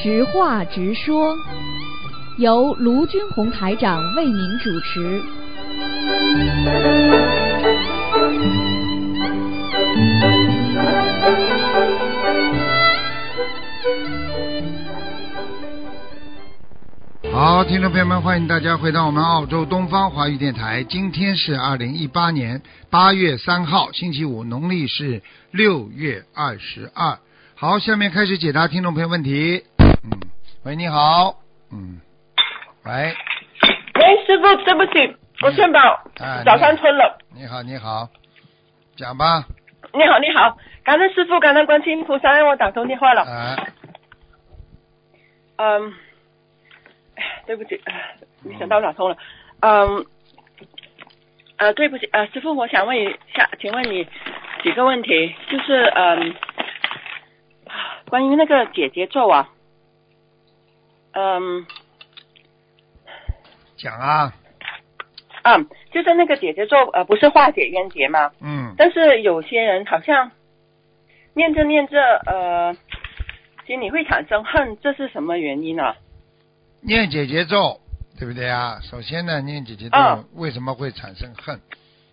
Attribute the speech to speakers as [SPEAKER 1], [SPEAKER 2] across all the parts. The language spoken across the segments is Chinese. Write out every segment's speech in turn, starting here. [SPEAKER 1] 直话直说，由卢军红台长为您主持。
[SPEAKER 2] 好，听众朋友们，欢迎大家回到我们澳洲东方华语电台。今天是二零一八年八月三号，星期五，农历是六月二十二。好，下面开始解答听众朋友问题。嗯，喂，你好，嗯，喂，
[SPEAKER 3] 喂，哎师傅，对不起，我肾宝
[SPEAKER 2] 哎
[SPEAKER 3] 早上吞了。
[SPEAKER 2] 你好，你好，讲吧，
[SPEAKER 3] 你好，你好，感恩师傅，感恩观世音菩萨让我打通电话了。
[SPEAKER 2] 啊，
[SPEAKER 3] 嗯，哎对不起，哎没想到打通了。嗯，呃，对不起，呃，师傅，我想问一下，请问你几个问题，就是嗯，关于那个姐姐咒啊，嗯
[SPEAKER 2] 讲啊，
[SPEAKER 3] 啊，就是那个姐姐咒，呃，不是化解冤结吗？
[SPEAKER 2] 嗯，
[SPEAKER 3] 但是有些人好像念着念着，呃，心里会产生恨，这是什么原因呢、啊
[SPEAKER 2] 念姐姐咒，对不对啊？首先呢，念姐姐咒
[SPEAKER 3] 嗯
[SPEAKER 2] 为什么会产生恨？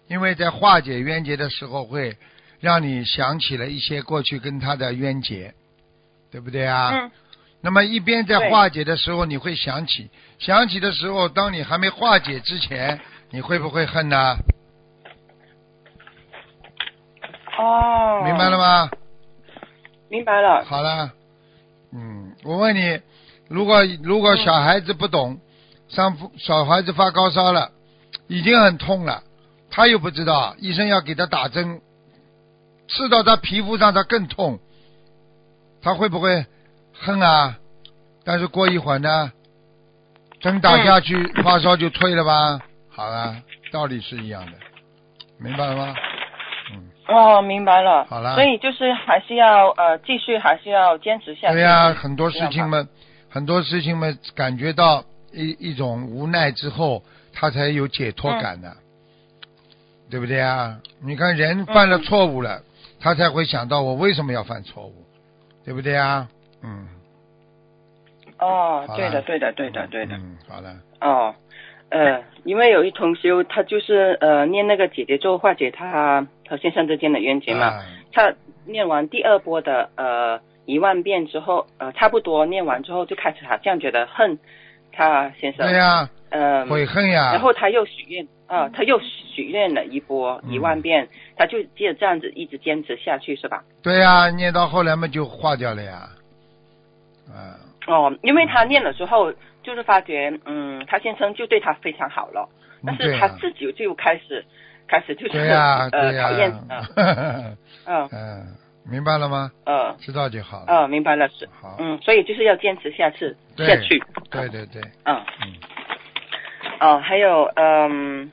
[SPEAKER 2] 因为在化解冤结的时候，会让你想起了一些过去跟他的冤结，对不对啊？
[SPEAKER 3] 嗯
[SPEAKER 2] 那么一边在
[SPEAKER 3] 对
[SPEAKER 2] 化解的时候，你会想起，想起的时候，当你还没化解之前，你会不会恨呢？
[SPEAKER 3] 哦，
[SPEAKER 2] 明白了？吗？
[SPEAKER 3] 明白了。
[SPEAKER 2] 好了，嗯，我问你，如果如果小孩子不懂，上父小孩子发高烧了，已经很痛了，他又不知道，医生要给他打针，刺到他皮肤上，他更痛，他会不会恨啊？但是过一会儿呢，针打下去，发烧就退了吧？好了，道理是一样的，明白了吗？嗯。
[SPEAKER 3] 哦，明白了。
[SPEAKER 2] 好了
[SPEAKER 3] 所以就是还是要呃继续，还是要坚持下去。
[SPEAKER 2] 对呀、很多事情
[SPEAKER 3] 嘛。
[SPEAKER 2] 嘛，很多事情嘛，感觉到一一种无奈之后，他才有解脱感
[SPEAKER 3] 嗯
[SPEAKER 2] 的、对不对啊？你看人犯了错误
[SPEAKER 3] 嗯
[SPEAKER 2] 了，他才会想到我为什么要犯错误，对不对啊？嗯，
[SPEAKER 3] 哦
[SPEAKER 2] 好，
[SPEAKER 3] 对
[SPEAKER 2] 了
[SPEAKER 3] 的，对的，对的，对的。
[SPEAKER 2] 嗯，好了，
[SPEAKER 3] 哦，呃，因为有一同修，他就是呃念那个姐姐咒化解他和先生之间的冤结嘛。
[SPEAKER 2] 啊
[SPEAKER 3] 他念完第二波的呃一万遍之后，呃，差不多念完之后就开始好像觉得恨他先生，
[SPEAKER 2] 对呀、
[SPEAKER 3] 嗯、
[SPEAKER 2] 悔恨啊呀、
[SPEAKER 3] 然后他又许愿啊、他又许愿了一波
[SPEAKER 2] 嗯
[SPEAKER 3] 一万遍，他就接着这样子一直坚持下去，是吧？
[SPEAKER 2] 对呀、念到后来嘛就化掉了呀，啊，
[SPEAKER 3] 哦，因为他念了之后，就是发觉，嗯，他先生就对他非常好了，但
[SPEAKER 2] 嗯
[SPEAKER 3] 是
[SPEAKER 2] 对
[SPEAKER 3] 他
[SPEAKER 2] 呀、
[SPEAKER 3] 自己就开始开始就是、
[SPEAKER 2] 对呀、
[SPEAKER 3] 呃
[SPEAKER 2] 对啊
[SPEAKER 3] 讨厌，
[SPEAKER 2] 呀、
[SPEAKER 3] 嗯、
[SPEAKER 2] 嗯、明白了吗？
[SPEAKER 3] 嗯
[SPEAKER 2] 知道就好了。
[SPEAKER 3] 嗯嗯，明白了，是，
[SPEAKER 2] 好，
[SPEAKER 3] 嗯，所以就是要坚持下去
[SPEAKER 2] 对
[SPEAKER 3] 下去，
[SPEAKER 2] 对对对，
[SPEAKER 3] 嗯。
[SPEAKER 2] 嗯，
[SPEAKER 3] 哦，还有嗯，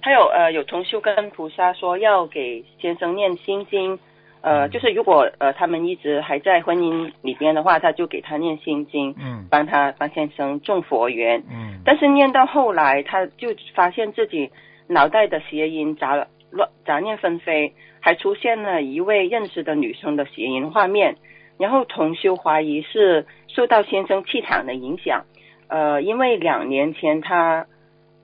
[SPEAKER 3] 还有呃，有同修跟菩萨说要给先生念心经，呃，就是如果呃他们一直还在婚姻里边的话，他就给他念心经，
[SPEAKER 2] 嗯
[SPEAKER 3] 帮他帮先生种佛缘。
[SPEAKER 2] 嗯，
[SPEAKER 3] 但是念到后来，他就发现自己脑袋的谐音杂了乱杂念纷飞，还出现了一位认识的女生的谐音画面。然后同修怀疑是受到先生气场的影响，呃，因为两年前他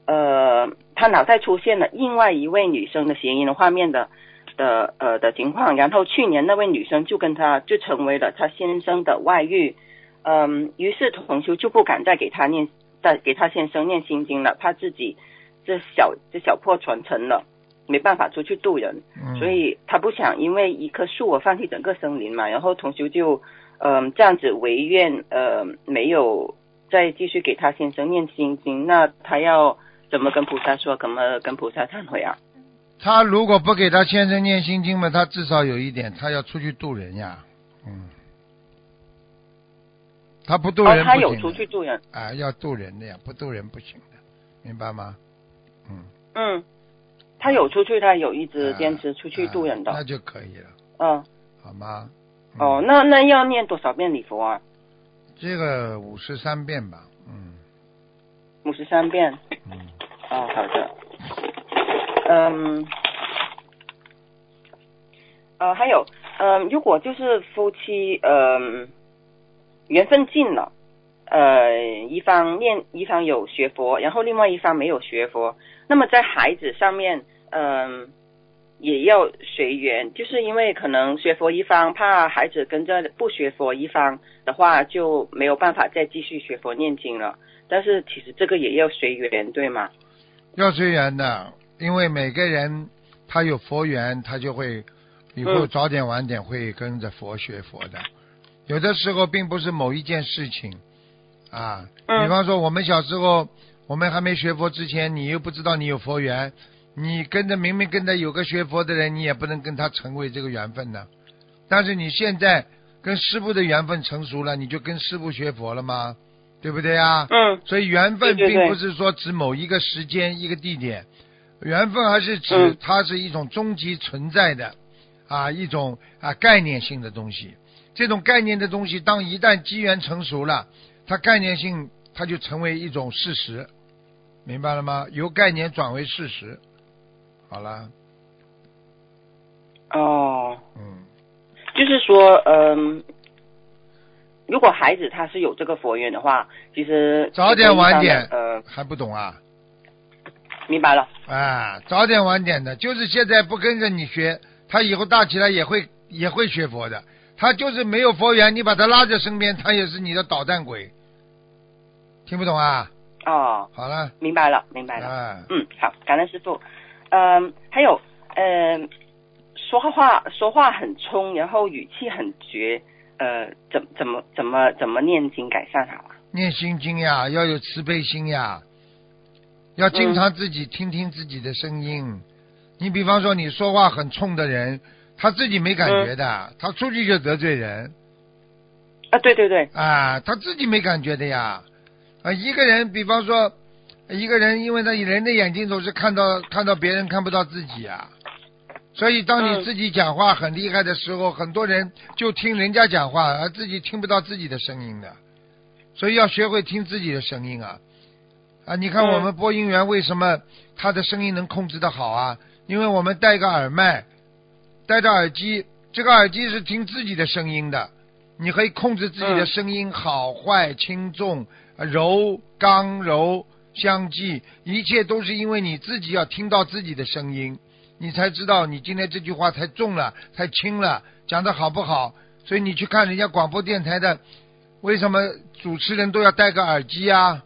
[SPEAKER 3] 呃他脑袋出现了另外一位女生的谐音的画面的的呃的情况，然后去年那位女生就跟他就成为了他先生的外遇，嗯、于是同修就不敢再给他念再给他先生念心经了，怕自己这小这小破船沉了，没办法出去渡人，
[SPEAKER 2] 嗯
[SPEAKER 3] 所以他不想因为一棵树而放弃整个森林嘛。然后同修就嗯、这样子违愿，呃没有再继续给他先生念心经，那他要怎么跟菩萨说？怎么跟菩萨忏悔啊？
[SPEAKER 2] 他如果不给他先生念心经嘛，他至少有一点，他要出去渡人呀，嗯，他不渡
[SPEAKER 3] 哦
[SPEAKER 2] 人，不
[SPEAKER 3] 他
[SPEAKER 2] 行的，
[SPEAKER 3] 有出去渡人，
[SPEAKER 2] 啊，要渡人的呀，不渡人不行的，明白吗？嗯，
[SPEAKER 3] 嗯，他有出去，他有一直
[SPEAKER 2] 啊
[SPEAKER 3] 坚持出去渡人的
[SPEAKER 2] 啊，那就可以了，
[SPEAKER 3] 嗯、
[SPEAKER 2] 好吗？嗯
[SPEAKER 3] 哦，，那那要念多少遍礼佛啊？
[SPEAKER 2] 这个五十三遍吧，嗯
[SPEAKER 3] 五十三遍。
[SPEAKER 2] 嗯，
[SPEAKER 3] 哦，好的。嗯，呃，还有，嗯、如果就是夫妻，嗯、缘分尽了，呃，一方面一方有学佛，然后另外一方没有学佛，那么在孩子上面，嗯、也要随缘，就是因为可能学佛一方怕孩子跟着不学佛一方的话，就没有办法再继续学佛念经了。但是其实这个也要随缘，对吗？
[SPEAKER 2] 要随缘的，因为每个人他有佛缘，他就会以后
[SPEAKER 3] 嗯
[SPEAKER 2] 早点晚点会跟着佛学佛的。有的时候并不是某一件事情啊，
[SPEAKER 3] 嗯
[SPEAKER 2] 比方说我们小时候，我们还没学佛之前，你又不知道你有佛缘，你跟着明明跟着有个学佛的人，你也不能跟他成为这个缘分呢。但是你现在跟师傅的缘分成熟了，你就跟师傅学佛了吗？对不对啊？
[SPEAKER 3] 嗯
[SPEAKER 2] 所以缘分
[SPEAKER 3] 对对对
[SPEAKER 2] 并不是说指某一个时间、一个地点，缘分还是指
[SPEAKER 3] 嗯
[SPEAKER 2] 它是一种终极存在的啊一种啊概念性的东西。这种概念的东西，当一旦机缘成熟了，它概念性它就成为一种事实，明白了吗？由概念转为事实。好了，
[SPEAKER 3] 哦，
[SPEAKER 2] 嗯，
[SPEAKER 3] 就是说，嗯、如果孩子他是有这个佛缘的话，其实
[SPEAKER 2] 早点晚点
[SPEAKER 3] 呃，
[SPEAKER 2] 还不懂啊？
[SPEAKER 3] 明白了。
[SPEAKER 2] 啊，早点晚点的，就是现在不跟着你学，他以后大起来也会也会学佛的。他就是没有佛缘，你把他拉在身边，他也是你的捣蛋鬼。听不懂啊？
[SPEAKER 3] 哦，
[SPEAKER 2] 好了，
[SPEAKER 3] 明白了，明白了。
[SPEAKER 2] 啊，
[SPEAKER 3] 嗯，好，感恩师傅。嗯，还有，嗯，说话说话很冲，然后语气很绝，呃，怎怎么怎么怎么念经改善好啊？
[SPEAKER 2] 念心经呀，要有慈悲心呀，要经常自己听听自己的声音。你比方说，你说话很冲的人，他自己没感觉的，他出去就得罪人。
[SPEAKER 3] 啊，对对对，
[SPEAKER 2] 啊，他自己没感觉的呀。啊，一个人，比方说，一个人，因为他人的眼睛总是看到看到别人看不到自己啊，所以当你
[SPEAKER 3] 嗯
[SPEAKER 2] 自己讲话很厉害的时候，很多人就听人家讲话，而自己听不到自己的声音的。所以要学会听自己的声音啊！啊，你看
[SPEAKER 3] 嗯
[SPEAKER 2] 我们播音员为什么他的声音能控制的好啊？因为我们戴个耳麦，戴着耳机，这个耳机是听自己的声音的，你可以控制自己的
[SPEAKER 3] 嗯
[SPEAKER 2] 声音好坏、轻重、呃柔、刚柔相济，一切都是因为你自己要听到自己的声音，你才知道你今天这句话太重了、太轻了，讲的好不好。所以你去看人家广播电台的，为什么主持人都要戴个耳机啊？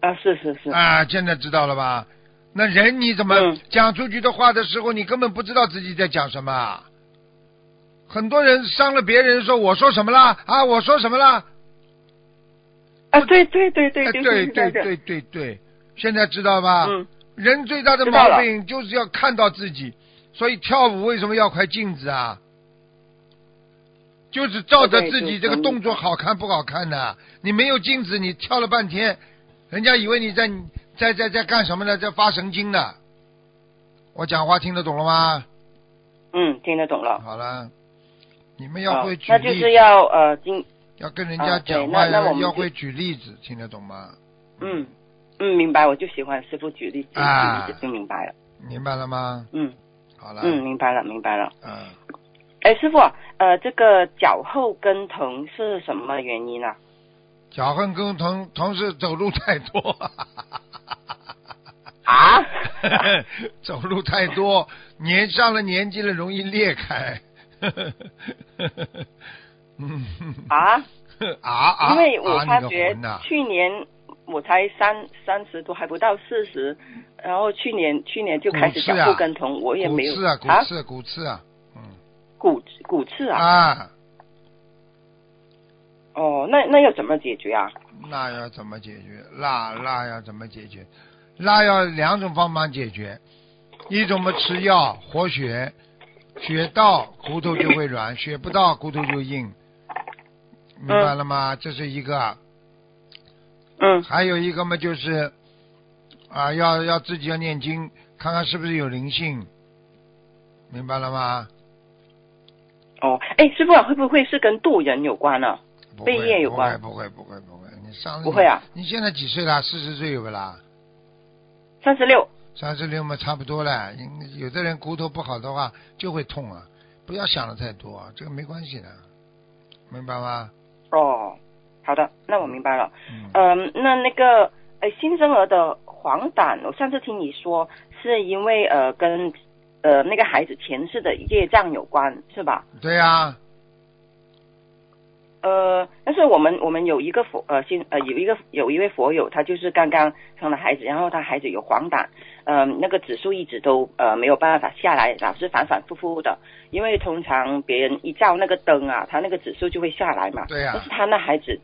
[SPEAKER 3] 啊，是是是，
[SPEAKER 2] 啊，现在知道了吧？那人你怎么
[SPEAKER 3] 嗯
[SPEAKER 2] 讲出去的话的时候，你根本不知道自己在讲什么啊？很多人伤了别人，说我说什么啦？啊，我说什么啦？
[SPEAKER 3] 啊，对对对对
[SPEAKER 2] 哎对
[SPEAKER 3] 对对
[SPEAKER 2] 对对啊对对，现在知道吧？
[SPEAKER 3] 嗯，
[SPEAKER 2] 人最大的
[SPEAKER 3] 知道
[SPEAKER 2] 毛
[SPEAKER 3] 了
[SPEAKER 2] 病就是要看到自己，所以跳舞为什么要块镜子啊？就是照着
[SPEAKER 3] 对
[SPEAKER 2] 自
[SPEAKER 3] 就
[SPEAKER 2] 己
[SPEAKER 3] 是
[SPEAKER 2] 这个
[SPEAKER 3] 嗯
[SPEAKER 2] 动作好看不好看的、你没有镜子，你跳了半天，人家以为你在在在在干什么呢？在发神经呢。我讲话听得懂了吗？
[SPEAKER 3] 嗯，听得懂了。
[SPEAKER 2] 好了，你们要
[SPEAKER 3] 好
[SPEAKER 2] 会，举
[SPEAKER 3] 啊那就
[SPEAKER 2] 例，
[SPEAKER 3] 是要呃经，
[SPEAKER 2] 要跟人家
[SPEAKER 3] 啊对
[SPEAKER 2] 讲话，
[SPEAKER 3] 那那
[SPEAKER 2] 要
[SPEAKER 3] 我们
[SPEAKER 2] 要
[SPEAKER 3] 就
[SPEAKER 2] 会举例子，听得懂吗？
[SPEAKER 3] 嗯嗯，明白，我就喜欢师傅举例，举
[SPEAKER 2] 啊
[SPEAKER 3] 例子就明白了。
[SPEAKER 2] 明白了吗？
[SPEAKER 3] 嗯
[SPEAKER 2] 好了，
[SPEAKER 3] 嗯，明白了，明白了。
[SPEAKER 2] 嗯
[SPEAKER 3] 哎，师傅啊、呃，这个脚后跟疼是什么原因啊？
[SPEAKER 2] 脚后跟同同事走路太多，
[SPEAKER 3] 啊？
[SPEAKER 2] 走路太多，年上了年纪了容易裂开。 嗯
[SPEAKER 3] 啊？
[SPEAKER 2] 啊啊！
[SPEAKER 3] 因为我
[SPEAKER 2] 啊
[SPEAKER 3] 发
[SPEAKER 2] 你个
[SPEAKER 3] 觉
[SPEAKER 2] 魂呐
[SPEAKER 3] 去年我才三三十多，还不到四十，然后去年去年就开始脚后跟疼，我也
[SPEAKER 2] 骨
[SPEAKER 3] 没有
[SPEAKER 2] 刺啊，骨
[SPEAKER 3] 啊
[SPEAKER 2] 刺，骨刺啊，嗯
[SPEAKER 3] 骨骨刺啊，
[SPEAKER 2] 啊，
[SPEAKER 3] 哦，那那要怎么解决啊？
[SPEAKER 2] 那要怎么解决？那那要怎么解决？那要两种方法解决，一种嘛吃药活血，血到骨头就会软，血不到骨头就硬，明白了吗？这是一个，
[SPEAKER 3] 嗯
[SPEAKER 2] 还有一个嘛就是啊，要要自己要念经，看看是不是有灵性，明白了吗？
[SPEAKER 3] 哦，哎，师傅啊、会不会是跟渡人有关呢、啊
[SPEAKER 2] 不
[SPEAKER 3] 背业
[SPEAKER 2] 会，
[SPEAKER 3] 有
[SPEAKER 2] 不会，
[SPEAKER 3] 关
[SPEAKER 2] 不会，不会，不会，你上
[SPEAKER 3] 不会啊？
[SPEAKER 2] 你现在几岁了？四十岁有不啦？
[SPEAKER 3] 三十六，
[SPEAKER 2] 三十六嘛，差不多了。因有的人骨头不好的啊话就会痛啊，不要想的太多，这个没关系的，明白吗？
[SPEAKER 3] 哦，好的，那我明白了。
[SPEAKER 2] 嗯，
[SPEAKER 3] 嗯，那那个呃新生儿的黄疸，我上次听你说是因为呃跟呃那个孩子前世的业障有关，是吧？
[SPEAKER 2] 对啊呀、
[SPEAKER 3] 呃，但是我们我们有一个佛呃新呃有一个有一位佛友，他就是刚刚生了孩子，然后他孩子有黄疸，嗯、那个指数一直都呃没有办法下来，老是反反复复的，因为通常别人一照那个灯啊，他那个指数就会下来嘛。
[SPEAKER 2] 对呀
[SPEAKER 3] 但是他那孩子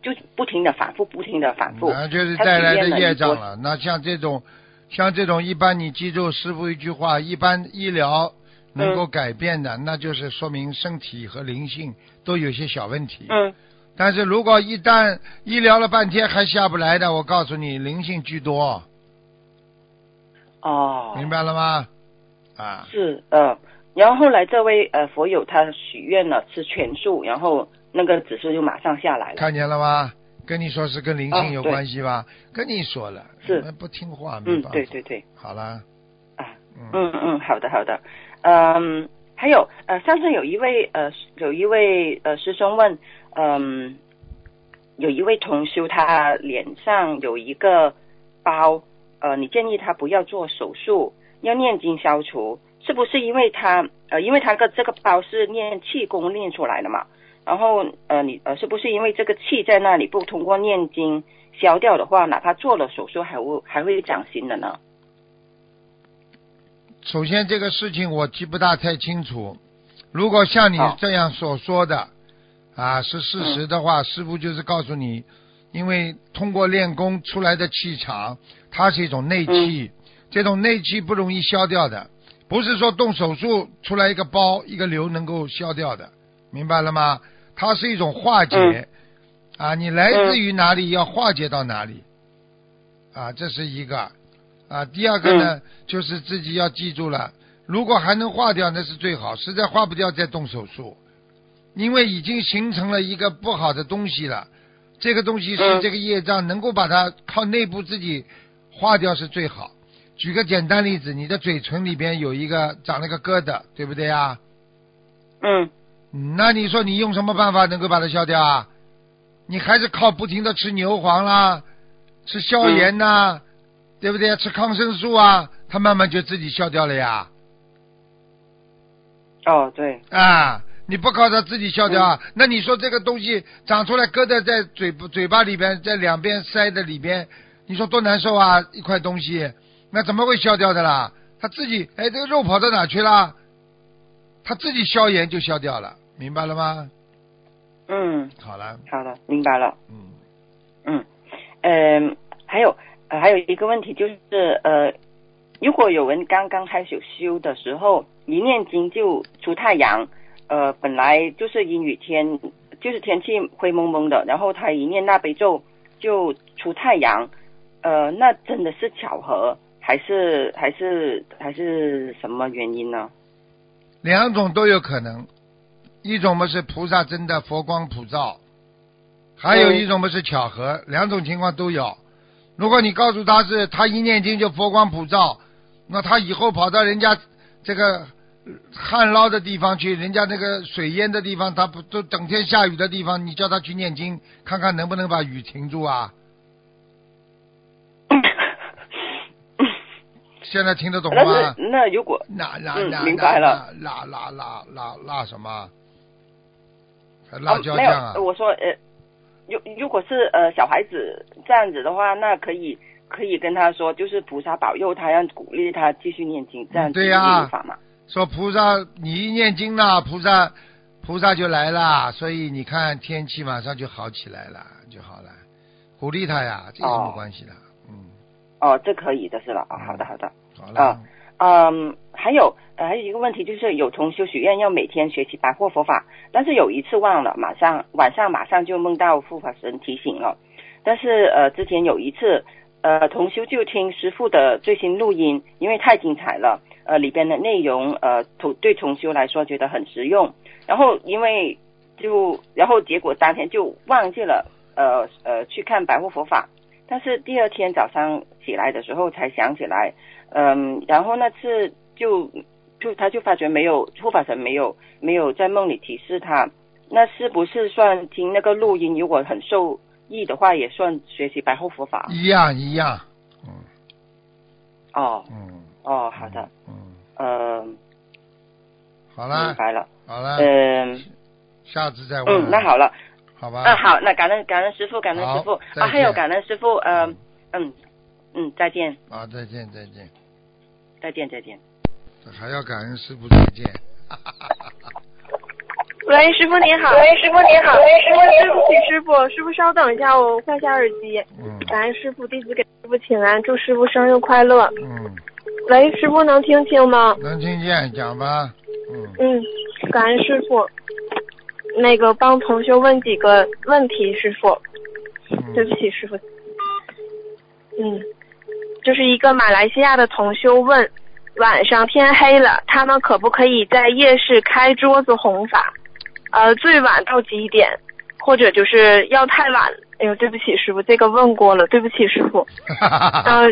[SPEAKER 3] 就不停的反复，不停的反复。
[SPEAKER 2] 那就是
[SPEAKER 3] 他
[SPEAKER 2] 带
[SPEAKER 3] 体
[SPEAKER 2] 来
[SPEAKER 3] 验
[SPEAKER 2] 的
[SPEAKER 3] 了
[SPEAKER 2] 业
[SPEAKER 3] 一
[SPEAKER 2] 障
[SPEAKER 3] 波
[SPEAKER 2] 了。那像这种，像这种，一般你记住师傅一句话，一般医疗能够改变的，那就是说明身体和灵性都有些小问题。
[SPEAKER 3] 嗯，
[SPEAKER 2] 但是如果一旦医疗了半天还下不来的，我告诉你，灵性居多，
[SPEAKER 3] 哦，
[SPEAKER 2] 明白了吗？啊，
[SPEAKER 3] 是，呃，然后后来这位呃佛友他许愿了吃全素，然后那个指数就马上下来了。
[SPEAKER 2] 看见了吗？跟你说是跟灵性
[SPEAKER 3] 啊
[SPEAKER 2] 有
[SPEAKER 3] 对
[SPEAKER 2] 关系吧？跟你说了，
[SPEAKER 3] 是
[SPEAKER 2] 你们不听话，没办，
[SPEAKER 3] 嗯
[SPEAKER 2] 法。
[SPEAKER 3] 对对对，
[SPEAKER 2] 好了，
[SPEAKER 3] 啊，
[SPEAKER 2] 嗯，
[SPEAKER 3] 嗯嗯，好的好的，嗯，还有呃，上次有一位呃有一位呃师兄问，嗯，有一位同修他脸上有一个包，呃，你建议他不要做手术，要念经消除，是不是因为他呃，因为他个这个包是念气功练出来的嘛？然后呃，你呃，是不是因为这个气在那里不通过念经消掉的话，哪怕做了手术还会还会长新的呢？
[SPEAKER 2] 首先这个事情我记不大太清楚。如果像你
[SPEAKER 3] 好嗯
[SPEAKER 2] 这样所说的，啊，是事实的话，师傅就是告诉你，因为通过练功出来的气场，它是一种内
[SPEAKER 3] 嗯
[SPEAKER 2] 气，这种内气不容易消掉的，不是说动手术出来一个包一个瘤能够消掉的，明白了吗？它是一种化解，
[SPEAKER 3] 嗯
[SPEAKER 2] 啊，你来自于哪里，要化解到哪里，啊，这是一个，啊，第二个呢，就是自己要记住了，如果还能化掉，那是最好，实在化不掉再动手术，因为已经形成了一个不好的东西了，这个东西是
[SPEAKER 3] 嗯
[SPEAKER 2] 这个业障，能够把它靠内部自己化掉是最好。举个简单例子，你的嘴唇里边有一个长了个疙瘩，对不对啊？
[SPEAKER 3] 嗯。
[SPEAKER 2] 嗯那你说你用什么办法能够把它消掉啊？你还是靠不停的吃牛黄啦，吃消炎呐、对不对？吃抗生素啊，它慢慢就自己消掉了呀。
[SPEAKER 3] 哦，对，
[SPEAKER 2] 啊，你不靠它自己消掉啊？那你说这个东西长出来疙瘩在嘴巴嘴巴里边，在两边塞的里边，你说多难受啊！一块东西，那怎么会消掉的啦？它自己，哎，这个肉跑到哪去啦？它自己消炎就消掉了，明白了吗？
[SPEAKER 3] 嗯，
[SPEAKER 2] 好了，
[SPEAKER 3] 好的，明白了，
[SPEAKER 2] 嗯。
[SPEAKER 3] 嗯，嗯，还有、呃还有一个问题就是，呃，如果有人刚刚开始修的时候，一念经就出太阳，呃，本来就是阴雨天，就是天气灰蒙蒙的，然后他一念大悲咒就出太阳，呃，那真的是巧合，还是还是还是什么原因呢？
[SPEAKER 2] 两种都有可能，一种嘛是菩萨真的佛光普照，还有
[SPEAKER 3] 嗯
[SPEAKER 2] 一种嘛是巧合，两种情况都有。如果你告诉他是他一念经就佛光普照，那他以后跑到人家这个呃旱涝的地方去，人家那个水淹的地方，他不都整天下雨的地方，你叫他去念经，看看能不能把雨停住啊？现在听得懂
[SPEAKER 3] 但
[SPEAKER 2] 吗
[SPEAKER 3] 是？那如果
[SPEAKER 2] 那那
[SPEAKER 3] 嗯
[SPEAKER 2] 那
[SPEAKER 3] 明白了，
[SPEAKER 2] 那那那那那什么？还
[SPEAKER 3] 啊
[SPEAKER 2] 辣椒酱啊
[SPEAKER 3] 没有，？我说呃，如如果是呃小孩子这样子的话，那可以可以跟他说，就是菩萨保佑他，让鼓励他继续念经，这样
[SPEAKER 2] 嗯
[SPEAKER 3] 子
[SPEAKER 2] 对呀
[SPEAKER 3] 有法嘛。
[SPEAKER 2] 说菩萨，你一念经呐，菩萨菩萨就来啦，所以你看天气马上就好起来了，就好了，鼓励他呀，这有什么
[SPEAKER 3] 哦
[SPEAKER 2] 关系的？嗯，
[SPEAKER 3] 哦，这可以的是吧？啊、好的好的，
[SPEAKER 2] 好了
[SPEAKER 3] 啊，嗯，还有呃还有一个问题就是，有同修许愿要每天学习白话佛法，但是有一次忘了，马上晚上马上就梦到护法神提醒了，但是呃之前有一次。呃，同修就听师傅的最新录音，因为太精彩了，呃，里边的内容呃，同对同修来说觉得很实用。然后因为就然后结果当天就忘记了呃呃去看白话佛法，但是第二天早上起来的时候才想起来，嗯，然后那次就就他就发觉没有护法神没有没有在梦里提示他，那是不是算听那个录音？如果很受益的话，也算学习白话佛法？
[SPEAKER 2] 一样一样，嗯
[SPEAKER 3] 哦
[SPEAKER 2] 嗯，
[SPEAKER 3] 哦，好的，
[SPEAKER 2] 嗯，
[SPEAKER 3] 呃，
[SPEAKER 2] 好啊
[SPEAKER 3] 明
[SPEAKER 2] 了
[SPEAKER 3] 白了，
[SPEAKER 2] 好了，
[SPEAKER 3] 嗯
[SPEAKER 2] 下次再问
[SPEAKER 3] 嗯，
[SPEAKER 2] 我，
[SPEAKER 3] 那好了，
[SPEAKER 2] 好吧，
[SPEAKER 3] 嗯好，那感恩感恩师傅，感恩师傅
[SPEAKER 2] 好再
[SPEAKER 3] 啊，还有
[SPEAKER 2] 见
[SPEAKER 3] 感恩师傅，呃，嗯嗯，再见，
[SPEAKER 2] 啊，再见再见，
[SPEAKER 3] 再见，再见。
[SPEAKER 2] 还要感恩师傅再见，
[SPEAKER 4] 喂，师傅您好。喂，师傅您好。喂，师傅您好。对不起，师傅，师傅稍等一下，我换下耳机。
[SPEAKER 2] 嗯
[SPEAKER 4] 感恩师傅，弟子给师傅请安，祝师傅生日快乐。
[SPEAKER 2] 嗯，
[SPEAKER 4] 喂，师傅能听清吗？
[SPEAKER 2] 能听见讲吧，嗯，
[SPEAKER 4] 嗯，感恩师傅。那个帮同学问几个问题，师傅。对
[SPEAKER 2] 嗯
[SPEAKER 4] 不起，师傅。嗯，就是一个马来西亚的同修问，晚上天黑了，他们可不可以在夜市开桌子弘法？呃，最晚到几点？或者就是要太晚？哎呦，对不起，师傅，这个问过了，对不起，师傅。
[SPEAKER 2] 哈哈哈哈，
[SPEAKER 4] 呃，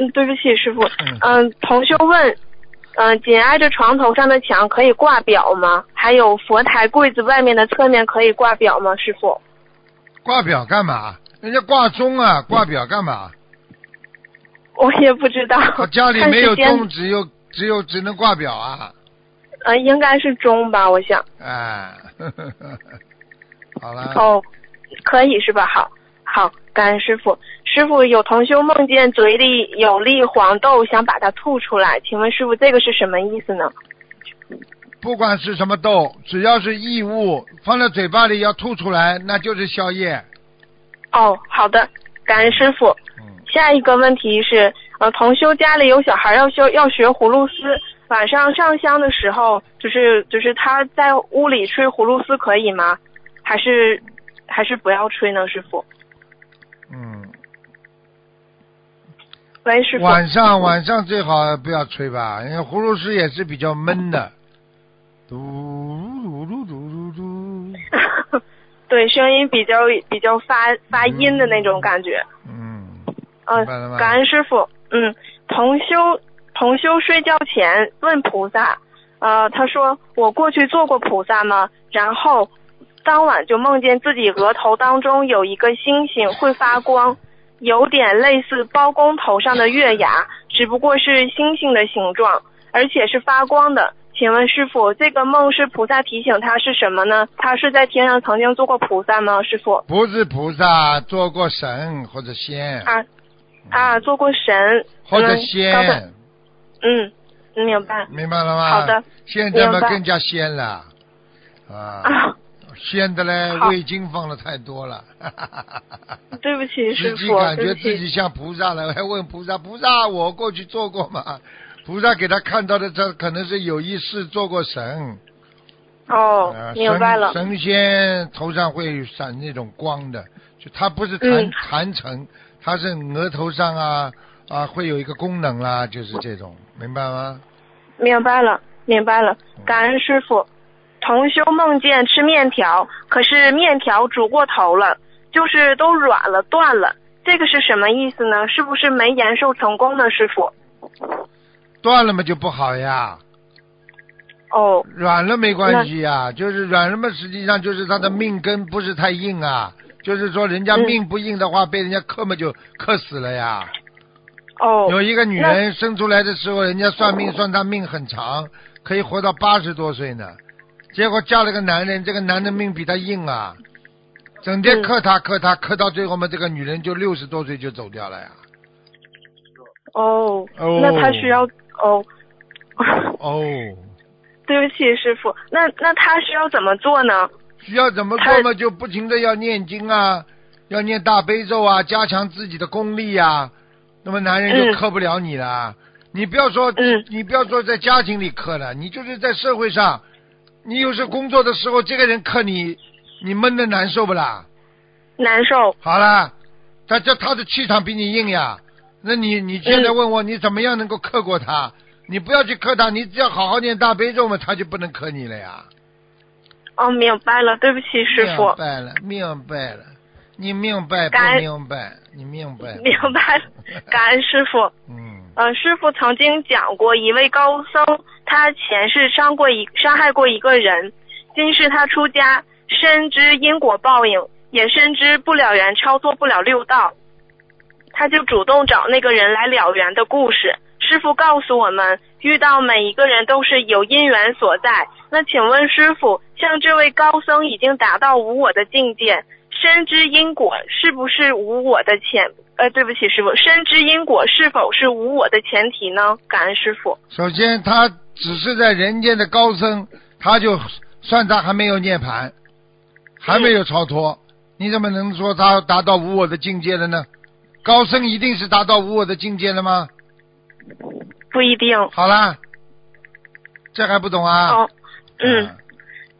[SPEAKER 4] 嗯对不起，师傅。 嗯、同修问，嗯、紧挨着床头上的墙可以挂表吗？还有佛台柜子外面的侧面可以挂表吗？师傅？
[SPEAKER 2] 挂表干嘛？人家挂钟啊，挂表干嘛？
[SPEAKER 4] 我也不知道。
[SPEAKER 2] 我啊家里
[SPEAKER 4] 看
[SPEAKER 2] 没有
[SPEAKER 4] 时间
[SPEAKER 2] 钟，只有只有只能挂表啊，
[SPEAKER 4] 呃，应该是中吧，我想。
[SPEAKER 2] 哎， 呵呵呵好了，
[SPEAKER 4] 哦，可以是吧？好，好，感恩师傅。师傅有同修梦见嘴里有粒黄豆，想把它吐出来，请问师傅这个是什么意思呢？
[SPEAKER 2] 不管是什么豆，只要是异物放在嘴巴里要吐出来，那就是宵夜。
[SPEAKER 4] 哦，好的，感恩师傅。
[SPEAKER 2] 嗯，
[SPEAKER 4] 下一个问题是，呃，同修家里有小孩要修要学葫芦丝，晚上上香的时候，就是就是他在屋里吹葫芦丝可以吗？还是还是不要吹呢，师傅？
[SPEAKER 2] 嗯，
[SPEAKER 4] 喂，师傅。
[SPEAKER 2] 晚上晚上最好不要吹吧，因为葫芦丝也是比较闷的。嘟噜噜噜噜噜，
[SPEAKER 4] 对，声音比较比较发发音的那种感觉。
[SPEAKER 2] 嗯，
[SPEAKER 4] 嗯、
[SPEAKER 2] 明白了吗
[SPEAKER 4] 感恩师傅。嗯，同修同修睡觉前问菩萨，呃，他说我过去做过菩萨吗？然后当晚就梦见自己额头当中有一个星星会发光，有点类似包公头上的月牙，只不过是星星的形状，而且是发光的。请问师傅，这个梦是菩萨提醒他是什么呢？他是在天上曾经做过菩萨吗？师傅？
[SPEAKER 2] 不是菩萨做过神或者仙，
[SPEAKER 4] 啊啊，做过神，
[SPEAKER 2] 或者
[SPEAKER 4] 嗯刚才
[SPEAKER 2] 仙，
[SPEAKER 4] 嗯，明白
[SPEAKER 2] 明白了吗？
[SPEAKER 4] 好的。
[SPEAKER 2] 现在嘛
[SPEAKER 4] 明白
[SPEAKER 2] 更加仙了，啊。
[SPEAKER 4] 啊，
[SPEAKER 2] 鲜的嘞，
[SPEAKER 4] 好
[SPEAKER 2] 味精放的太多了，
[SPEAKER 4] 对不起师
[SPEAKER 2] 自己
[SPEAKER 4] 傅，
[SPEAKER 2] 感
[SPEAKER 4] 对
[SPEAKER 2] 觉
[SPEAKER 4] 不
[SPEAKER 2] 自
[SPEAKER 4] 起，
[SPEAKER 2] 己像菩萨 了，还哎问菩萨，菩萨我过去做过嘛？菩萨给他看到的，这可能是有意识做过神，
[SPEAKER 4] 哦
[SPEAKER 2] 呃，
[SPEAKER 4] 明白了，
[SPEAKER 2] 神神仙头上会闪那种光的，就他不是坛
[SPEAKER 4] 嗯
[SPEAKER 2] 坛城，他是额头上啊啊会有一个功能啦、就是这种，明白吗？
[SPEAKER 4] 明白了，明白了
[SPEAKER 2] 嗯，
[SPEAKER 4] 感恩师傅。同修梦见吃面条，可是面条煮过头了，就是都软了、断了，这个是什么意思呢？是不是没延寿成功呢，师傅？
[SPEAKER 2] 断了嘛就不好呀，
[SPEAKER 4] 哦，
[SPEAKER 2] 软了没关系呀、就是软了嘛，实际上就是他的命根不是太硬啊，就是说人家
[SPEAKER 4] 嗯
[SPEAKER 2] 命不硬的话，被人家克嘛就克死了呀。
[SPEAKER 4] 哦，
[SPEAKER 2] 有一个女
[SPEAKER 4] 那
[SPEAKER 2] 人生出来的时候，人家算命算她命很长，可以活到八十多岁呢，结果嫁了个男人，这个男人命比她硬啊，整天
[SPEAKER 4] 嗯
[SPEAKER 2] 克她克她克到最后嘛，这个女人就六十多岁就走掉了呀。
[SPEAKER 4] 哦，
[SPEAKER 2] 哦
[SPEAKER 4] 那他需要哦。
[SPEAKER 2] 哦，
[SPEAKER 4] 对不起，师傅，那那他需要怎么做呢？
[SPEAKER 2] 需要怎么做嘛？就不停的要念经啊，要念大悲咒啊，加强自己的功力啊。那么男人就
[SPEAKER 4] 嗯
[SPEAKER 2] 克不了你了。你不要说，
[SPEAKER 4] 嗯
[SPEAKER 2] 你不要说在家庭里克了，你就是在社会上，你有时工作的时候，这个人克你，你闷的难受不啦？
[SPEAKER 4] 难受，
[SPEAKER 2] 好啦，他这他的气场比你硬呀。那你你现在
[SPEAKER 4] 嗯
[SPEAKER 2] 问我，你怎么样能够克过他？你不要去克他，你只要好好念大悲咒嘛，他就不能克你了呀。
[SPEAKER 4] 哦，明白了，对不起，师傅
[SPEAKER 2] 明，白了，明白了，你明白不
[SPEAKER 4] 感恩
[SPEAKER 2] 明白？你明白？
[SPEAKER 4] 明白了，感恩师傅。
[SPEAKER 2] 嗯
[SPEAKER 4] 呃，师傅曾经讲过，一位高僧，他前世伤过一伤害过一个人，今世他出家，深知因果报应，也深知不了缘超脱不了六道，他就主动找那个人来了缘的故事。师傅告诉我们，遇到每一个人都是有因缘所在。那请问师傅，像这位高僧已经达到无我的境界，深知因果是不是无我的前？呃，对不起，师傅，深知因果是否是无我的前提呢？感恩师傅。
[SPEAKER 2] 首先，他只是在人间的高僧，他就算他还没有涅槃，还没有超脱，你怎么能说他达到无我的境界了呢？高僧一定是达到无我的境界了吗？
[SPEAKER 4] 不一定。
[SPEAKER 2] 好啦，这还不懂啊？
[SPEAKER 4] 哦，嗯，
[SPEAKER 2] 啊，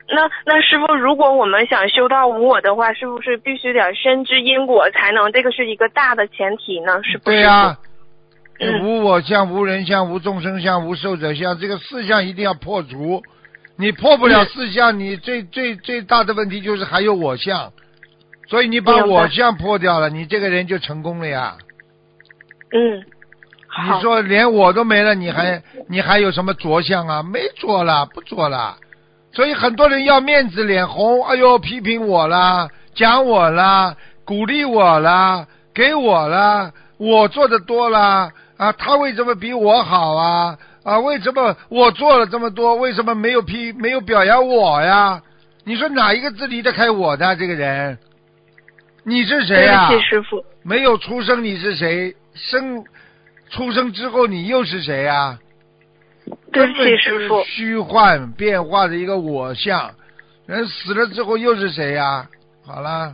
[SPEAKER 4] 那那师傅，如果我们想修到无我的话，是不是必须得深知因果才能？这个是一个大的前提呢，是不是？
[SPEAKER 2] 对啊呀、
[SPEAKER 4] 嗯
[SPEAKER 2] 无我相、无人相、无众生相、无寿者相，这个四相一定要破除。你破不
[SPEAKER 4] 嗯
[SPEAKER 2] 了四相，你最最最大的问题就是还有我相，所以你把
[SPEAKER 4] 明白
[SPEAKER 2] 我相破掉了，你这个人就成功了呀。
[SPEAKER 4] 嗯，好嗯
[SPEAKER 2] 你，说连我都没了，你还你还有什么着相啊？没着了，不着了。所以很多人要面子脸红，哎呦，批评我啦，讲我啦，鼓励我啦，给我啦，我做的多啦，啊，他为什么比我好啊？啊，为什么我做了这么多，为什么没有批没有表扬我呀？你说哪一个字离得开我的啊这个人？你是谁啊呀、
[SPEAKER 4] 对不起，师傅。
[SPEAKER 2] 没有出生你是谁？生出生之后你又是谁啊？
[SPEAKER 4] 对不
[SPEAKER 2] 根
[SPEAKER 4] 起，
[SPEAKER 2] 本就是
[SPEAKER 4] 师傅。
[SPEAKER 2] 虚幻变化的一个我相，人死了之后又是谁呀、好啦，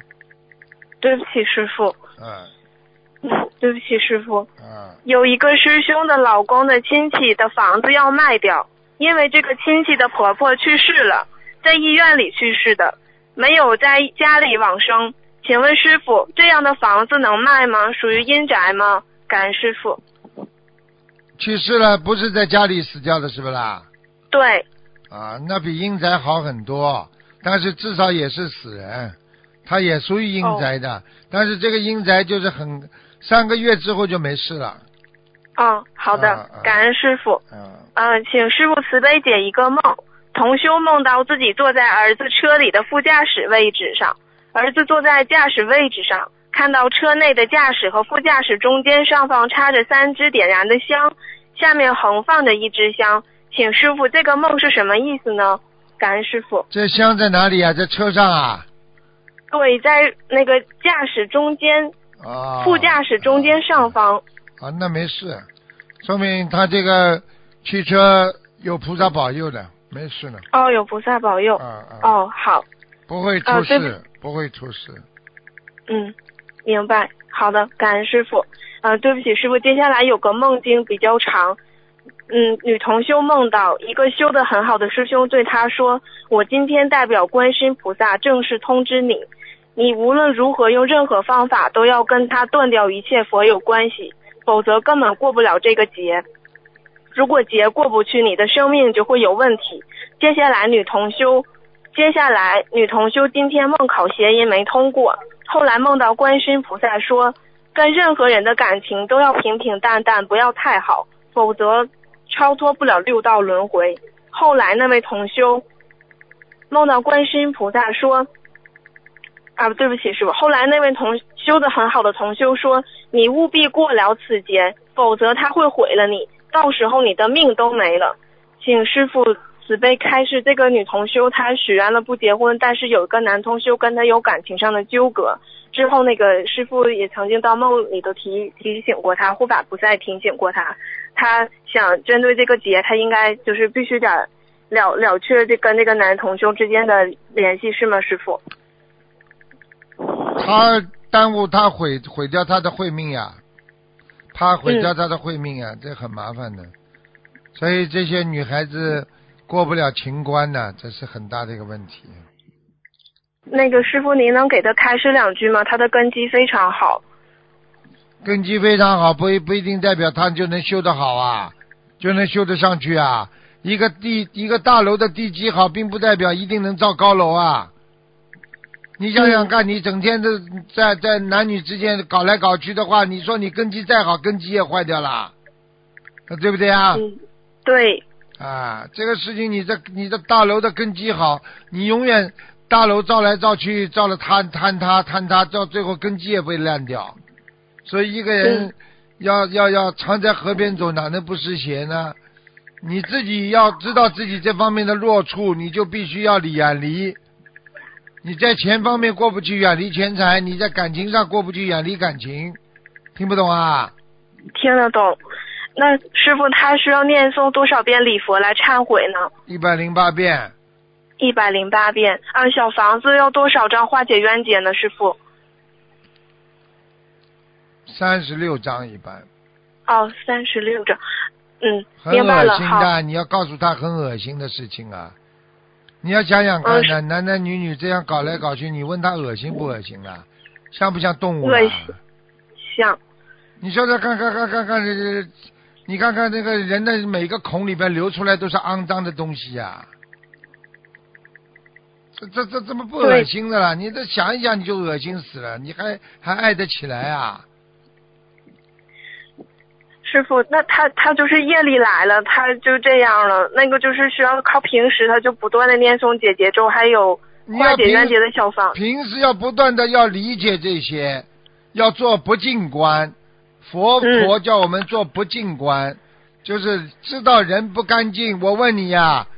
[SPEAKER 4] 对不起，师傅。
[SPEAKER 2] 嗯
[SPEAKER 4] 嗯，对不起，师傅。
[SPEAKER 2] 嗯，
[SPEAKER 4] 有一个师兄的老公的亲戚的房子要卖掉，因为这个亲戚的婆婆去世了，在医院里去世的，没有在家里往生。请问师傅，这样的房子能卖吗？属于阴宅吗？感恩师傅。
[SPEAKER 2] 去世了不是在家里死掉的，是不啦？
[SPEAKER 4] 对，
[SPEAKER 2] 啊，那比阴宅好很多，但是至少也是死人，他也属于阴宅的，
[SPEAKER 4] 哦
[SPEAKER 2] 但是这个阴宅就是很三个月之后就没事了，
[SPEAKER 4] 嗯，好
[SPEAKER 2] 啊
[SPEAKER 4] 的
[SPEAKER 2] 啊，
[SPEAKER 4] 感恩师傅。
[SPEAKER 2] 嗯，
[SPEAKER 4] 嗯，请师傅慈悲解一个梦。同修梦到自己坐在儿子车里的副驾驶位置上，儿子坐在驾驶位置上，看到车内的驾驶和副驾驶中间上方插着三支点燃的香，下面横放着一支香。请师傅，这个梦是什么意思呢？感恩师傅。
[SPEAKER 2] 这香在哪里啊？在车上啊？
[SPEAKER 4] 对，在那个驾驶中间，
[SPEAKER 2] 啊，
[SPEAKER 4] 副驾驶中间上方。
[SPEAKER 2] 啊，那没事，说明他这个汽车有菩萨保佑的，没事了。
[SPEAKER 4] 哦，有菩萨保佑。
[SPEAKER 2] 啊啊，
[SPEAKER 4] 哦，好。
[SPEAKER 2] 不会出
[SPEAKER 4] 啊对
[SPEAKER 2] 事，不会出事。
[SPEAKER 4] 嗯，明白。好的，感恩师傅。呃，对不起，师傅，接下来有个梦经比较长。嗯，女同修梦到一个修得很好的师兄对她说：“我今天代表观世音菩萨正式通知你，你无论如何用任何方法都要跟他断掉一切佛有关系，否则根本过不了这个劫。如果劫过不去，你的生命就会有问题。”接下来，女同修，接下来女同修今天梦考谐音没通过，后来梦到观世音菩萨说，跟任何人的感情都要平平淡淡，不要太好，否则超脱不了六道轮回。后来那位同修梦到观世音菩萨说，啊，对不起，师傅。后来那位同修的很好的同修说，你务必过了此劫，否则他会毁了你，到时候你的命都没了。请师傅慈悲开示，这个女同修她许愿了不结婚，但是有一个男同修跟她有感情上的纠葛。之后那个师傅也曾经到梦里头提提醒过她，护法菩萨也提醒过她，她想针对这个劫，她应该就是必须得了了却这跟这个男同修之间的联系，是吗，师傅？
[SPEAKER 2] 他耽误他毁毁掉他的慧命呀，怕毁
[SPEAKER 4] 嗯
[SPEAKER 2] 掉他的慧命呀，这很麻烦的。所以这些女孩子过不了情关呢，这是很大的一个问题。
[SPEAKER 4] 那个师傅，您能给她开示两句吗？她的根基非常好。
[SPEAKER 2] 根基非常好，不一不一定代表他就能修得好啊，就能修得上去啊。一个地一个大楼的地基好，并不代表一定能造高楼啊。你想想看，你整天的在在男女之间搞来搞去的话，你说你根基再好，根基也坏掉了，呃对不对啊？
[SPEAKER 4] 嗯，对，
[SPEAKER 2] 啊，这个事情你这你的大楼的根基好，你永远大楼造来造去，造了坍坍塌坍塌，到最后根基也被烂掉。所以一个人
[SPEAKER 4] 嗯
[SPEAKER 2] 要、要要常在河边走，哪能不湿鞋呢？你自己要知道自己这方面的弱处，你就必须要远离。你在钱方面过不去，远离钱财；你在感情上过不去，远离感情。听不懂啊？
[SPEAKER 4] 听得懂。那师傅他需要念诵多少遍礼佛来忏悔呢？
[SPEAKER 2] 一百零八遍，
[SPEAKER 4] 一百零八遍。啊，小房子要多少张化解冤结呢？师傅？
[SPEAKER 2] 三十六章一般，
[SPEAKER 4] 哦，三十六张。嗯，
[SPEAKER 2] 很
[SPEAKER 4] 明白
[SPEAKER 2] 恶
[SPEAKER 4] 了。
[SPEAKER 2] 心
[SPEAKER 4] 好，
[SPEAKER 2] 的。你要告诉他很恶心的事情啊！你要想想看
[SPEAKER 4] 嗯
[SPEAKER 2] 呢、男男女女这样搞来搞去，你问他恶心不恶心啊？像不像动物啊
[SPEAKER 4] 恶？心像
[SPEAKER 2] 你说说看看看看看，这这你看看这个人的每个孔里边流出来都是肮脏的东西呀、这这这怎么不恶
[SPEAKER 4] 对
[SPEAKER 2] 心的啦？你这想一想你就恶心死了，你还还爱得起来啊？
[SPEAKER 4] 师傅，那他他就是夜里来了，他就这样了。那个就是需要靠平时他就不断的念诵姐姐咒，还有
[SPEAKER 2] 你要
[SPEAKER 4] 化解
[SPEAKER 2] 平
[SPEAKER 4] 冤结的小房。
[SPEAKER 2] 平时要不断的要理解这些，要做不净观。佛
[SPEAKER 4] 嗯
[SPEAKER 2] 佛叫我们做不净观，就是知道人不干净。我问你呀、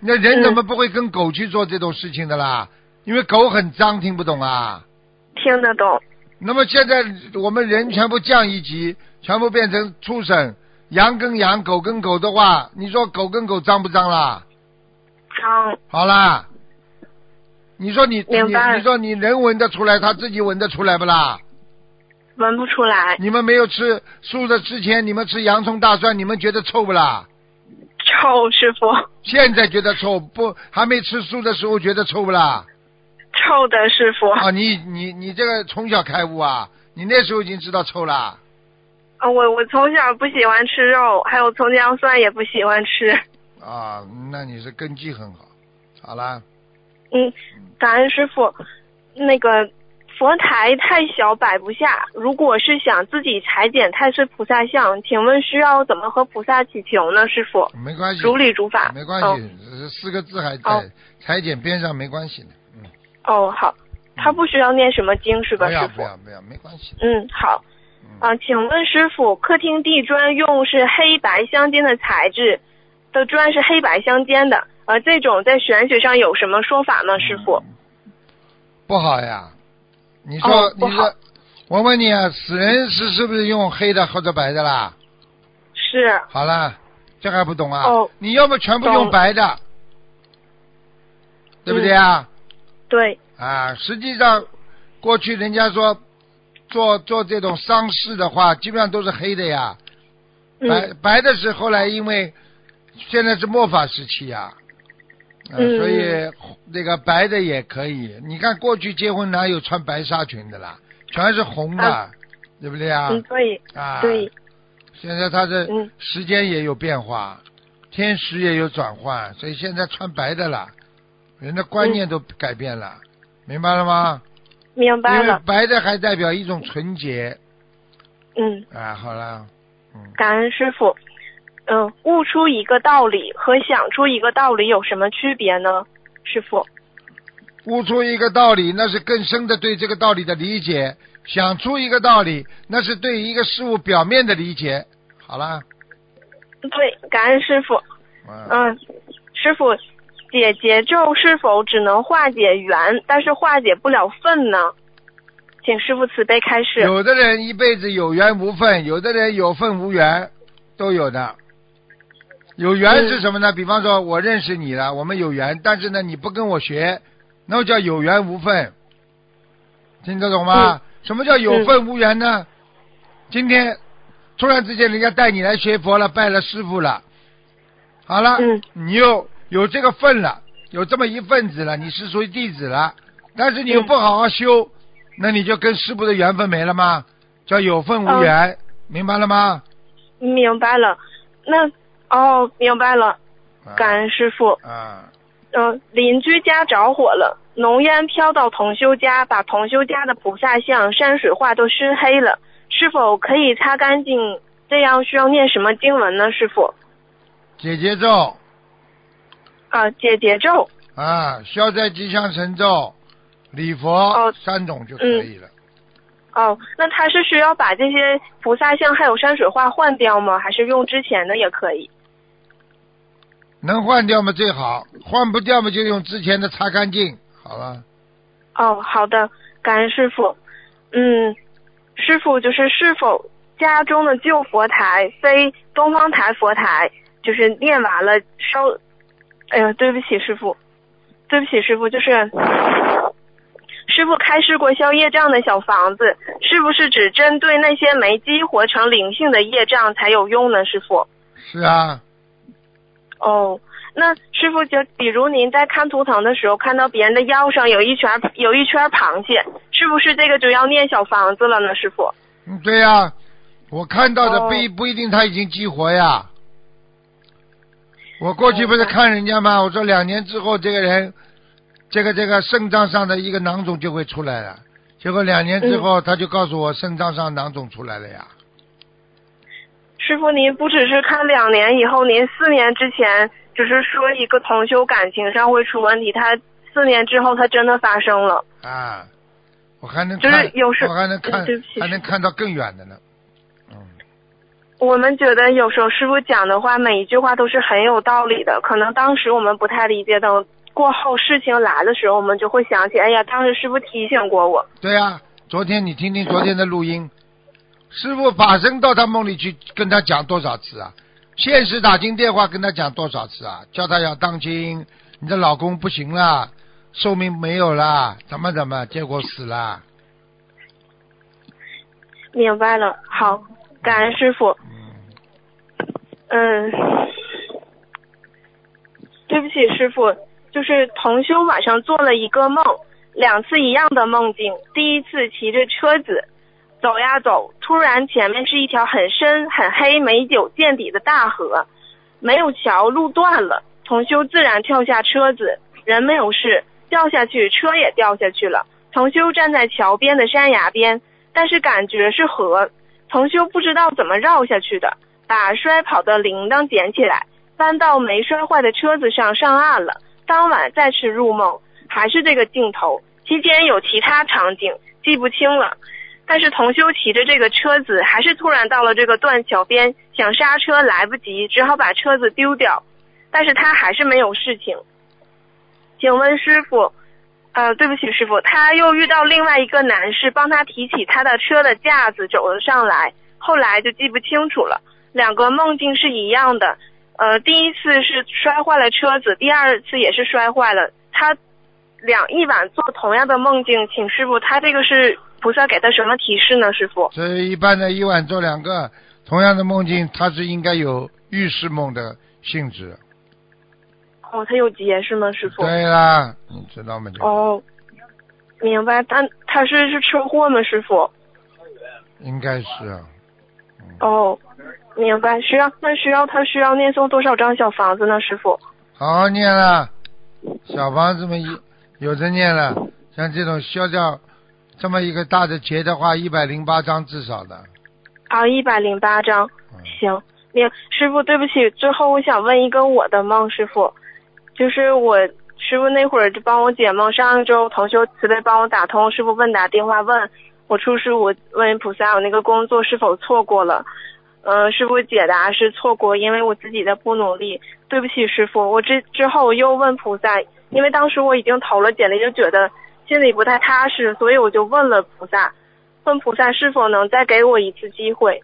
[SPEAKER 2] 那人怎么不会跟狗去做这种事情的啦？因为狗很脏，听不懂啊。
[SPEAKER 4] 听得懂，
[SPEAKER 2] 那么现在我们人全部降一级，全部变成畜生，羊跟羊，狗跟狗的话，你说狗跟狗脏不脏啦？
[SPEAKER 4] 嗯，
[SPEAKER 2] 好啦，你说你你
[SPEAKER 4] 明白
[SPEAKER 2] 你说你人闻得出来，他自己闻得出来不啦？
[SPEAKER 4] 闻不出来，
[SPEAKER 2] 你们没有吃素的之前，你们吃洋葱大蒜，你们觉得臭不啦？
[SPEAKER 4] 臭师傅，
[SPEAKER 2] 现在觉得臭，不还没吃素的时候觉得臭不啦？
[SPEAKER 4] 臭的师傅。
[SPEAKER 2] 啊，你你你这个从小开悟啊，你那时候已经知道臭啦。
[SPEAKER 4] 啊，我我从小不喜欢吃肉，还有葱姜蒜也不喜欢吃。
[SPEAKER 2] 啊，那你是根基很好。好啦，
[SPEAKER 4] 嗯，感恩师傅。那个佛台太小摆不下，如果是想自己裁剪太岁菩萨像，请问需要怎么和菩萨祈求呢？师傅，
[SPEAKER 2] 没关系，
[SPEAKER 4] 如理如法。
[SPEAKER 2] 没关
[SPEAKER 4] 哦
[SPEAKER 2] 系，这四个字还
[SPEAKER 4] 哦
[SPEAKER 2] 在裁剪边上没关系的。嗯，
[SPEAKER 4] 哦，好，他不需要念什么经是吧，
[SPEAKER 2] 不
[SPEAKER 4] 师
[SPEAKER 2] 要
[SPEAKER 4] 傅
[SPEAKER 2] 不？要不要，没关系的。
[SPEAKER 4] 嗯，好。
[SPEAKER 2] 嗯
[SPEAKER 4] 啊，请问师傅，客厅地砖用是黑白相间的材质，的砖是黑白相间的，呃，这种在玄学上有什么说法吗？师傅？
[SPEAKER 2] 不好呀。你说、
[SPEAKER 4] 哦不
[SPEAKER 2] 你
[SPEAKER 4] 好
[SPEAKER 2] 说，我问你啊，死人是是不是用黑的或者白的啦？
[SPEAKER 4] 是
[SPEAKER 2] 好啦，这还不懂啊？
[SPEAKER 4] 哦
[SPEAKER 2] 你要么全部
[SPEAKER 4] 懂
[SPEAKER 2] 用白的，对不对啊？
[SPEAKER 4] 对，
[SPEAKER 2] 啊，实际上过去人家说做做这种丧事的话，基本上都是黑的呀。白
[SPEAKER 4] 嗯，
[SPEAKER 2] 白的是后来因为现在是末法时期呀、呃
[SPEAKER 4] 嗯
[SPEAKER 2] 所以那个白的也可以。你看过去结婚哪有穿白纱裙的啦，全是红的，
[SPEAKER 4] 啊
[SPEAKER 2] 对不对啊？
[SPEAKER 4] 嗯，对，
[SPEAKER 2] 啊，
[SPEAKER 4] 对，
[SPEAKER 2] 现在它的
[SPEAKER 4] 嗯
[SPEAKER 2] 时间也有变化，天时也有转换，所以现在穿白的啦，人的观念都改变了，明白了吗？
[SPEAKER 4] 明白
[SPEAKER 2] 因为
[SPEAKER 4] 了，
[SPEAKER 2] 白的还代表一种纯洁
[SPEAKER 4] 嗯。
[SPEAKER 2] 啊。好了，嗯。
[SPEAKER 4] 感恩师傅。嗯，悟出一个道理和想出一个道理有什么区别呢？师傅，
[SPEAKER 2] 悟出一个道理，那是更深的对这个道理的理解；想出一个道理，那是对一个事物表面的理解。好啦，
[SPEAKER 4] 对，感恩师傅。
[SPEAKER 2] 嗯，
[SPEAKER 4] 嗯，师傅，解结咒是否只能化解缘，但是化解不了愤呢？请师傅慈悲开示。
[SPEAKER 2] 有的人一辈子有缘无份，有的人有份无缘，都有的。有缘是什么呢？
[SPEAKER 4] 嗯
[SPEAKER 2] 比方说，我认识你了，我们有缘，但是呢，你不跟我学，那叫有缘无份。听得懂
[SPEAKER 4] 嗯
[SPEAKER 2] 吗？什么叫有份无缘呢？今天突然之间，人家带你来学佛了，拜了师傅了，好了，
[SPEAKER 4] 嗯
[SPEAKER 2] 你又有这个份了，有这么一份子了，你是属于弟子了，但是你又
[SPEAKER 4] 嗯
[SPEAKER 2] 不好好修，那你就跟师傅的缘分没了吗？叫有份无
[SPEAKER 4] 嗯
[SPEAKER 2] 缘，明白了吗？
[SPEAKER 4] 明白了，那哦，明白了，
[SPEAKER 2] 啊
[SPEAKER 4] 感恩师傅。
[SPEAKER 2] 啊，
[SPEAKER 4] 嗯、邻居家着火了，浓烟飘到同修家，把同修家的菩萨像、山水画都熏黑了。是否可以擦干净？这样需要念什么经文呢？师傅？
[SPEAKER 2] 姐姐咒
[SPEAKER 4] 啊，解结咒，
[SPEAKER 2] 啊，消灾吉祥神咒、礼佛
[SPEAKER 4] 哦
[SPEAKER 2] 三种就可以了。
[SPEAKER 4] 哦，那他是需要把这些菩萨像还有山水画换掉吗？还是用之前的也可以？
[SPEAKER 2] 能换掉嘛最好，换不掉嘛就用之前的擦干净，好了。
[SPEAKER 4] 哦，好的，感恩师傅。嗯，师傅就是是否家中的旧佛台，非东方台佛台，就是念完了烧，哎呀，对不起师傅，对不起师傅，就是师傅开示过消业障的小房子，是不是只针对那些没激活成灵性的业障才有用呢？师傅？
[SPEAKER 2] 是啊，
[SPEAKER 4] 哦，那师傅就比如您在看图腾的时候，看到别人的腰上有一圈儿有一圈儿螃蟹，是不是这个就要念小房子了呢？师傅？
[SPEAKER 2] 嗯，对呀、我看到的
[SPEAKER 4] 哦
[SPEAKER 2] 不一、不一定他已经激活呀。我过去不是
[SPEAKER 4] 哦
[SPEAKER 2] 看人家吗？我说两年之后这个人，这个这个肾脏上的一个囊肿就会出来了。结果两年之
[SPEAKER 4] 嗯
[SPEAKER 2] 后，他就告诉我肾脏上囊肿出来了呀。
[SPEAKER 4] 师傅，您不只是看两年以后，您四年之前只是说一个同修感情上会出问题，他四年之后他真的发生了。
[SPEAKER 2] 啊，我还能
[SPEAKER 4] 就
[SPEAKER 2] 看，
[SPEAKER 4] 是有时
[SPEAKER 2] 我还能看
[SPEAKER 4] 嗯对不起，
[SPEAKER 2] 还能看到更远的呢。嗯，
[SPEAKER 4] 我们觉得有时候师傅讲的话，每一句话都是很有道理的，可能当时我们不太理解，等过后事情来的时候，我们就会想起，哎呀，当时师傅提醒过我。
[SPEAKER 2] 对呀、昨天你听听昨天的录音，师傅法身到他梦里去跟他讲多少次啊？现实打进电话跟他讲多少次啊？叫他要当心，你的老公不行啦，寿命没有啦，怎么怎么，结果死啦。
[SPEAKER 4] 明白了，好，感恩师傅。嗯，对不起，师傅，就是同修晚上做了一个梦，两次一样的梦境。第一次骑着车子走呀走，突然前面是一条很深很黑、没有见底的大河，没有桥，路断了。同修自然跳下车子，人没有事，掉下去，车也掉下去了。同修站在桥边的山崖边，但是感觉是河。同修不知道怎么绕下去的，把摔跑的铃铛捡起来，搬到没摔坏的车子上上岸了。当晚再次入梦，还是这个镜头。期间有其他场景，记不清了。但是同修骑着这个车子，还是突然到了这个断桥边，想刹车来不及，只好把车子丢掉。但是他还是没有事情。请问师傅，呃，对不起，师傅，他又遇到另外一个男士帮他提起他的车的架子走了上来，后来就记不清楚了。两个梦境是一样的，呃，第一次是摔坏了车子，第二次也是摔坏了。他两一晚做同样的梦境，请师傅，他这个是菩萨给他什么提示呢？师傅？
[SPEAKER 2] 这一般的一晚做两个同样的梦境，它是应该有预示梦的性质。
[SPEAKER 4] 哦，他有结是吗？师傅？
[SPEAKER 2] 对啦，你知道吗？就
[SPEAKER 4] 哦，明白。但他是是车祸吗？师傅？
[SPEAKER 2] 应该是啊。
[SPEAKER 4] 哦，明白。需要那需要他需要念诵多少张小房子呢，师傅？
[SPEAKER 2] 好好念了，小房子们一有的念了，像这种消掉这么一个大的劫的话，一百零八章至少的。
[SPEAKER 4] 啊，一百零八张。
[SPEAKER 2] 嗯
[SPEAKER 4] 行，明师傅，对不起，最后我想问一个我的梦，师傅，就是我师傅那会儿就帮我解梦，上一周同修慈悲帮我打通师傅问答电话问，我出师我问菩萨我那个工作是否错过了。嗯，师傅解答是错过，因为我自己的不努力。对不起，师傅，我之之后我又问菩萨，因为当时我已经投了简历，就觉得心里不太踏实，所以我就问了菩萨，问菩萨是否能再给我一次机会。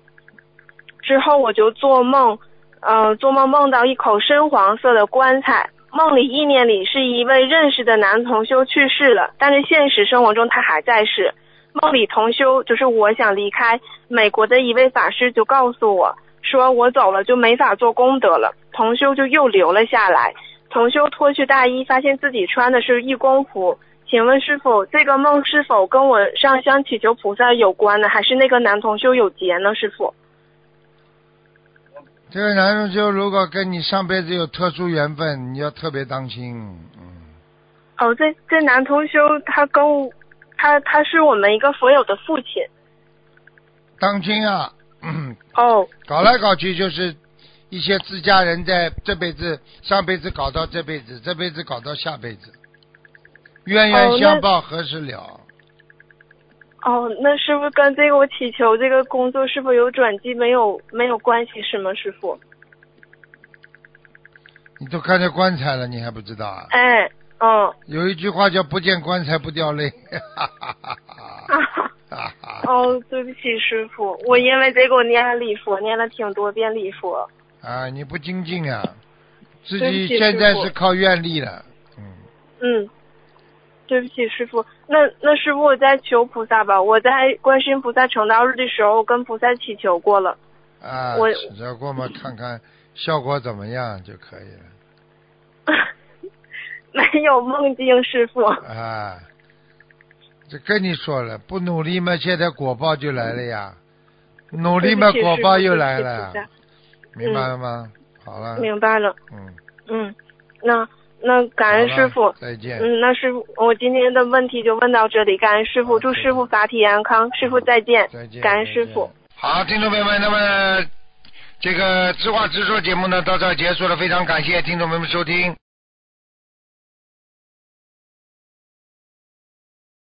[SPEAKER 4] 之后我就做梦，呃，做梦梦到一口深黄色的棺材，梦里意念里是一位认识的男同修去世了，但是现实生活中他还在世。梦里同修就是我想离开美国的一位法师就告诉我说我走了就没法做功德了，同修就又留了下来。同修脱去大衣，发现自己穿的是义工服。请问师傅，这个梦是否跟我上香祈求菩萨有关呢？还是那个男同修有劫呢？师傅？
[SPEAKER 2] 这个男人就如果跟你上辈子有特殊缘分，你要特别当心。嗯，
[SPEAKER 4] 哦，这这男同修他跟我，他他是我们一个佛友的父亲。
[SPEAKER 2] 当心啊！嗯
[SPEAKER 4] 哦
[SPEAKER 2] 搞来搞去就是一些自家人在这辈子、上辈子搞到这辈子，这辈子搞到下辈子，冤
[SPEAKER 4] 哦
[SPEAKER 2] 冤
[SPEAKER 4] 那
[SPEAKER 2] 相报何时了？
[SPEAKER 4] 哦，那师傅跟这个我祈求这个工作是否有转机没有没有关系是吗？师傅？
[SPEAKER 2] 你都看见棺材了，你还不知道啊？
[SPEAKER 4] 哎，嗯，
[SPEAKER 2] 有一句话叫“不见棺材不掉泪”，哈哈哈哈
[SPEAKER 4] 啊哈
[SPEAKER 2] 哈哈！
[SPEAKER 4] 哦，对不起，师傅，我因为这个我念了礼佛，念了挺多遍礼佛。
[SPEAKER 2] 啊，你不精进啊，自
[SPEAKER 4] 对不
[SPEAKER 2] 己
[SPEAKER 4] 起
[SPEAKER 2] 现在
[SPEAKER 4] 师傅
[SPEAKER 2] 是靠愿力了，嗯，
[SPEAKER 4] 嗯，对不起，师傅。那那师傅，我在求菩萨吧。我在观世音菩萨成道日的时候，我跟菩萨祈求过了。
[SPEAKER 2] 啊
[SPEAKER 4] 我，
[SPEAKER 2] 只要过嘛看看效果怎么样就可以了
[SPEAKER 4] 没有梦境，师傅。
[SPEAKER 2] 啊。这跟你说了，不努力嘛，现在果报就来了呀，努力嘛，
[SPEAKER 4] 对不
[SPEAKER 2] 果
[SPEAKER 4] 起
[SPEAKER 2] 报又
[SPEAKER 4] 师傅
[SPEAKER 2] 来
[SPEAKER 4] 对不起
[SPEAKER 2] 了
[SPEAKER 4] 菩，萨嗯
[SPEAKER 2] 明白了吗？好了，
[SPEAKER 4] 明白了，
[SPEAKER 2] 嗯，
[SPEAKER 4] 嗯，那那感恩
[SPEAKER 2] 好
[SPEAKER 4] 师
[SPEAKER 2] 了
[SPEAKER 4] 傅。
[SPEAKER 2] 再见，
[SPEAKER 4] 嗯，那师傅，我今天的问题就问到这里。感恩师
[SPEAKER 2] 好
[SPEAKER 4] 傅，祝
[SPEAKER 2] 再
[SPEAKER 4] 师傅
[SPEAKER 2] 见
[SPEAKER 4] 法体安康。师傅再见，
[SPEAKER 2] 再见，
[SPEAKER 4] 感恩
[SPEAKER 2] 再
[SPEAKER 4] 师
[SPEAKER 2] 见
[SPEAKER 4] 傅。。
[SPEAKER 2] 好，听众朋友们，那么这个直话直说节目呢，到这儿结束了，非常感谢听众朋友们收听。